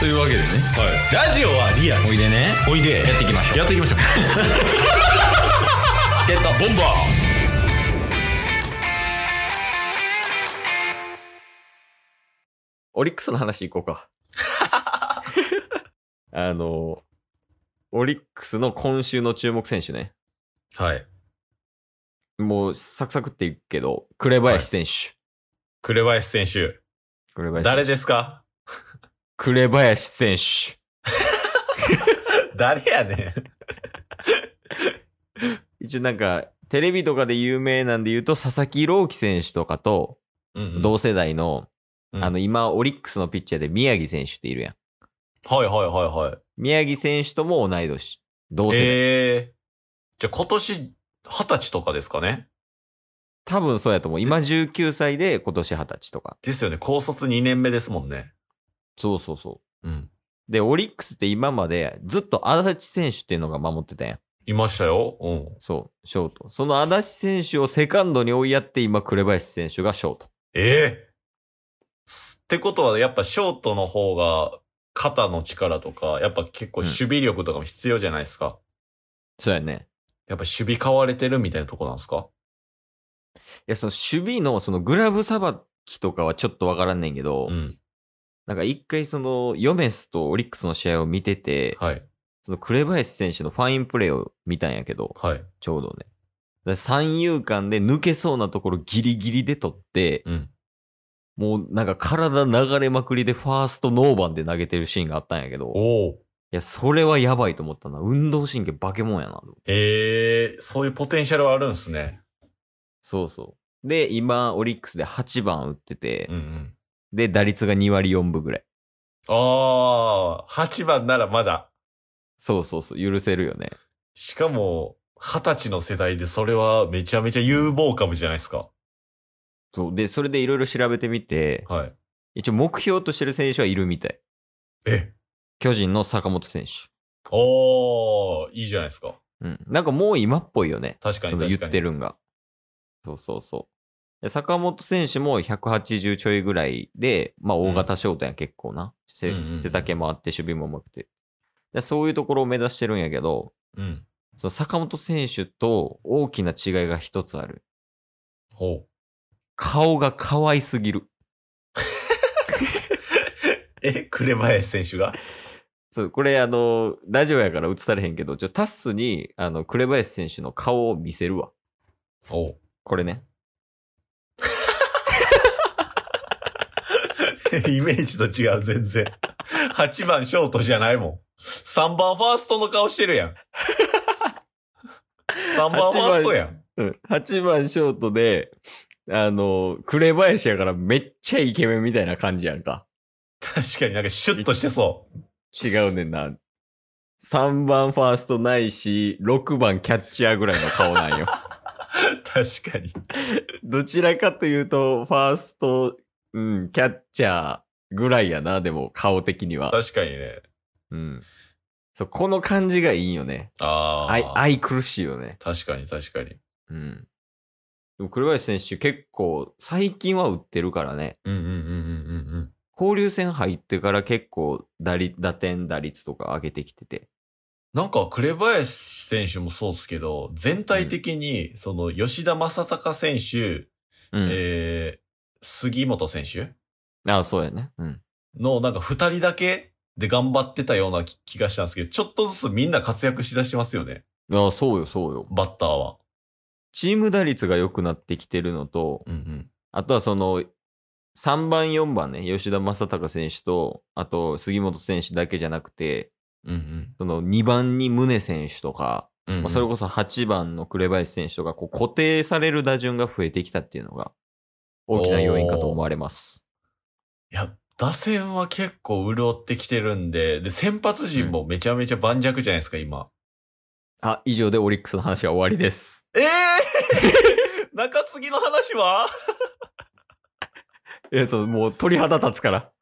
というわけでね、ラジオはリアおいでねおいでやっていきましょうやっていきましょう ゲットボンバーオリックスの話いこうかあのオリックスの今週の注目選手ねはいもうサクサクっていくけど紅林選手、紅林選手紅林選手誰ですか紅林選手誰やね一応なんかテレビとかで有名なんで言うと佐々木朗希選手とかとん、うん同世代の、うんあの今オリックスのピッチャーで宮城選手っているやんはいはいはいはい宮城選手とも同い年同世代、ええじゃあ今年二十歳とかですかね多分そうやと思う今19歳で今年20歳とかですよね高卒2年目ですもんねそうそうそうんうでオリックスって今までずっと足立選手っていうのが守ってたやんいましたようんそうショートその足立選手をセカンドに追いやって今紅林選手がショートええすってことは、やっぱショートの方が、肩の力とか、やっぱ結構守備力とかも必要じゃないですか。そうやねやっぱ守備買われてるみたいなとこなんですかいやその守備のそのグラブさばきとかはちょっとわからんねんけど、うん。なんか一回そのヨメスとオリックスの試合を見てて、はい。その紅林選手のファインプレーを見たんやけど、はい。ちょうどね。だ三遊間で抜けそうなところギリギリで取って、うん。もうなんか体流れまくりでファーストノーバンで投げてるシーンがあったんやけど、いおお。や、それはやばいと思ったな。運動神経化け物やな。ええそういうポテンシャルはあるんですね。そうそう。で、今、オリックスで8番打ってて、うんうん。で、打率が2割4分ぐらい。ああ、8番ならまだ。そうそうそう、許せるよね。しかも、二十歳の世代でそれはめちゃめちゃ有望株じゃないですか。そう。で、それでいろいろ調べてみて、はい。一応目標としてる選手はいるみたい。え、巨人の坂本選手。おー、いいじゃないですか。うん。なんかもう今っぽいよね。確かに確そのかに。言ってるんが。そうそうそう。で坂本選手も180ちょいぐらいで、まあ大型ショートやん結構な。せうんうんうん背丈もあって守備も上手くて。でそういうところを目指してるんやけど、うん。その坂本選手と大きな違いが一つある。ほう。顔が可愛すぎる。え、紅林選手がそう、これあの、ラジオやから映されへんけど、ちょ、タッスに、あの、紅林選手の顔を見せるわ。おこれね。 イメージと違う、全 然。8番ショートじゃないもん。3番ファーストの顔してる やん。3番ファーストやん。うん。8番ショートで、あの、紅林やからめっちゃイケメンみたいな感じやんか。確かになんかシュッとしてそ違うねんな。3番ファーストないし、6番キャッチャーぐらいの顔なんよ。う。確かに。どちらかというと、ファースト、うん、キャッチャーぐらいやな、でも顔的には。確かにね。うん。そう、この感じがいいよね。ああ。愛、愛苦しいよね。確かに確かに。うん。でも、紅林選手結構、最近は打ってるからね。うんうんうんうんうんうん。交流戦入ってから結構打率、打点打率とか上げてきてて。なんか、紅林選手もそうっすけど、全体的に、その、吉田正尚選手、うん。えー、杉本選手ああ、そうやね。うん。のなんか二人だけで頑張ってたような気気がしたんですけど、ちょっとずつみんな活躍しだしてますよね。ああ、そうよ、そうよ。バッターは。チーム打率が良くなってきてるのと、うんうん。あとはその、3番、4番ね、吉田正尚選手と、あと杉本選手だけじゃなくて、うんその2番に宗選手とか、うん。まあ、それこそ8番の紅林選手とか、こう固定される打順が増えてきたっていうのが、大きな要因かと思われます。いや、打線は結構潤ってきてるんで、で、先発陣もめちゃめちゃ盤石じゃないですか、今。あ、以上でオリックスの話は終わりです。ええー、 中継ぎの話は いや、そう、もう鳥肌立つから。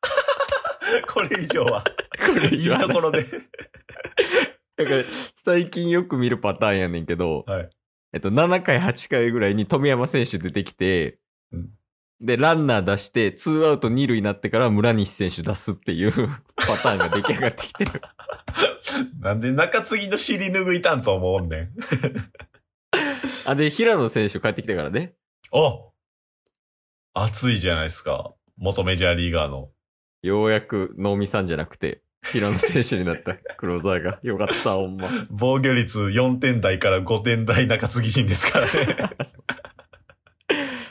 これ以上は。こ れいいところで。なんか最近よく見るパターンやねんけど、はいえっと、7回、8回ぐらいに富山選手出てきて、うんで、ランナー出して、ツーアウト二塁になってから村西選手出すっていう。 パターンが出来上がってきてる。なんで中継ぎの尻拭いたんと思うんねん。あ、で、平野選手帰ってきたからね。あ熱いじゃないですか。元メジャーリーガーの。ようやく能見さんじゃなくて、平野選手に なったクローザーが。よかった、ほんま。防御率4点台から5点台中継ぎ陣ですからね。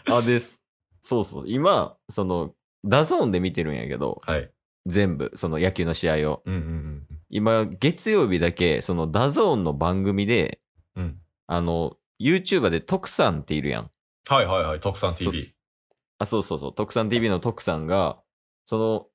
あ、です。そうそう。今、その、ダゾーンで見てるんやけど、 はい。全部、その野球の試合を。うんうん今、月曜日だけ、そのダゾーンの番組で、うん。うん。あの、YouTuber で徳さんっているやん。はいはいはい。特産 TV。あ、そうそうそう。徳さん TV の徳さんが、その、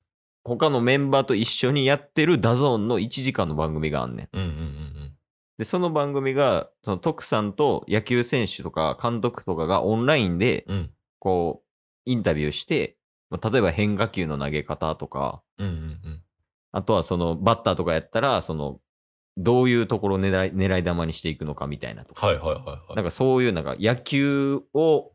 他のメンバーと一緒にやってるダゾーンの1時間の番組があんねん。うんうんうんで、その番組が、その徳さんと野球選手とか監督とかがオンラインで、うん。うん。こう、インタビューして、まあ例えば変化球の投げ方とか、うんうんうん。あとはそのバッターとかやったら、その、どういうところを狙い、狙い玉にしていくのかみたいなとか。はいはいはいなはんい。かそういうなんか野球を、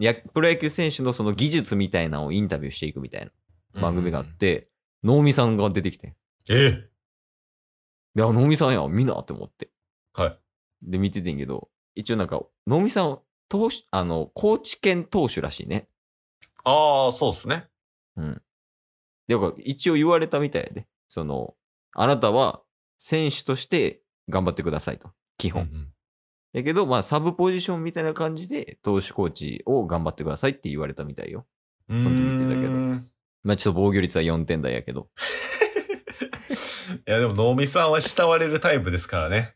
やプロ野球選手のその技術みたいなのをインタビューしていくみたいな番組があっうんうんて、能見さんが出てきて、ういん。えや、能見さんや、見なって思って。はい。で、見ててんけど、一応なんか、能見さん、投手、あの、高知県投手らしいね。ああ、そうっすね。うん。で、なんか一応言われたみたいやで、その、あなたは選手として頑張ってくださいと。う基んう本。ん。だけど、まあ、サブポジションみたいな感じで、投手コーチを頑張ってくださいって言われたみたいよ。その時見てたけどまあちょっと防御率は4点台やけど。いやでも能見さんは慕われるタイプですからね。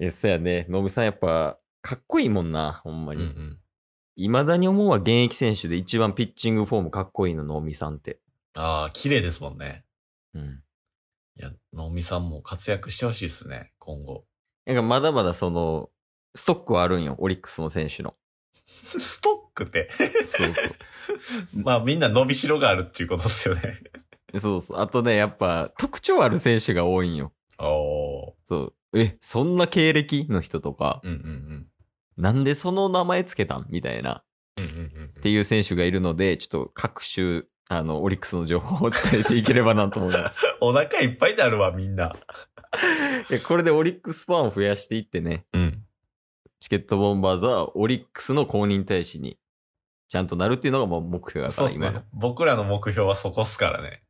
え、そやね。ノブさんやっぱ、かっこいいもんな、ほんまうに。未だに思うわ、現役選手で一番ピッチングフォームかっこいいの、能見さんって。ああ、綺麗ですもんね。うん。いや、能見さんも活躍してほしいですね、今後。 なんかまだまだその、ストックはあるんよ、オリックスの選手の。ストックって。そうそう。まあみんな伸びしろがあるっていうことですよ ね。 そうそう。あとね、やっぱ、特徴ある選手が多いんよ。おー。そう。え、そんな経歴の人とか、うんうんなんでその名前つけたんみたいな、うん。うんうんっていう選手がいるので、ちょっと各種、あの、オリックスの情報を伝えていければなと思います。お腹いっぱいになるわ、みんな。いやこれでオリックスファンを増やしていってね、うん。チケットボンバーズはオリックスの公認大使にちゃんとなるっていうのがもう目標だかそうら、です今ねの。。僕らの目標はそこっすからね。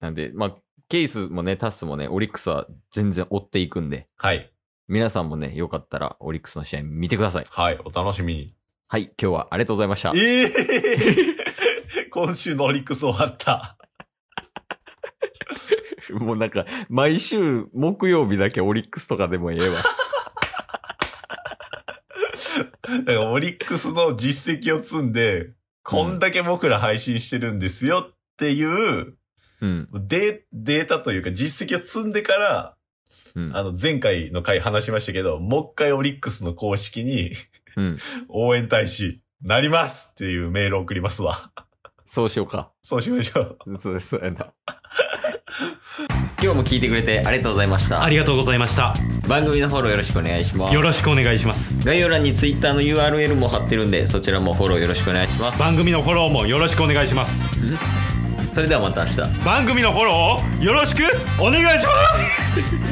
なんで、まあ、ケースもね、タスもね、オリックスは全然追っていくんで、はい。皆さんもね、よかったらオリックスの試合見てください。はい、お楽しみに。はい、今日はありがとうございました。ええ 今週のオリックス終わった。もうなんか、毎週木曜日だけオリックスとかでもええわ。だからオリックスの実績を積んで、こんだけ僕ら配信してるんですよっていう、 うん、デデータというか実績を積んでから、うんあ、の前回の回話しましたけど、もう一回オリックスの公式にうん。応援大使なりますっていうメールを送りますわ。そうしようか。そうしましょう。そうです、そうや な。今日も聞いてくれてありがとうございましたあ。りがとうございました。番組のフォローよろしくお願いしますよ。ろしくお願いします。概要欄に Twitter の URL も貼ってるんでそちらもフォローよろしくお願いします番組のフォローもよろしくお願いします。それではまた明日番組のフォローをよろしくお願いします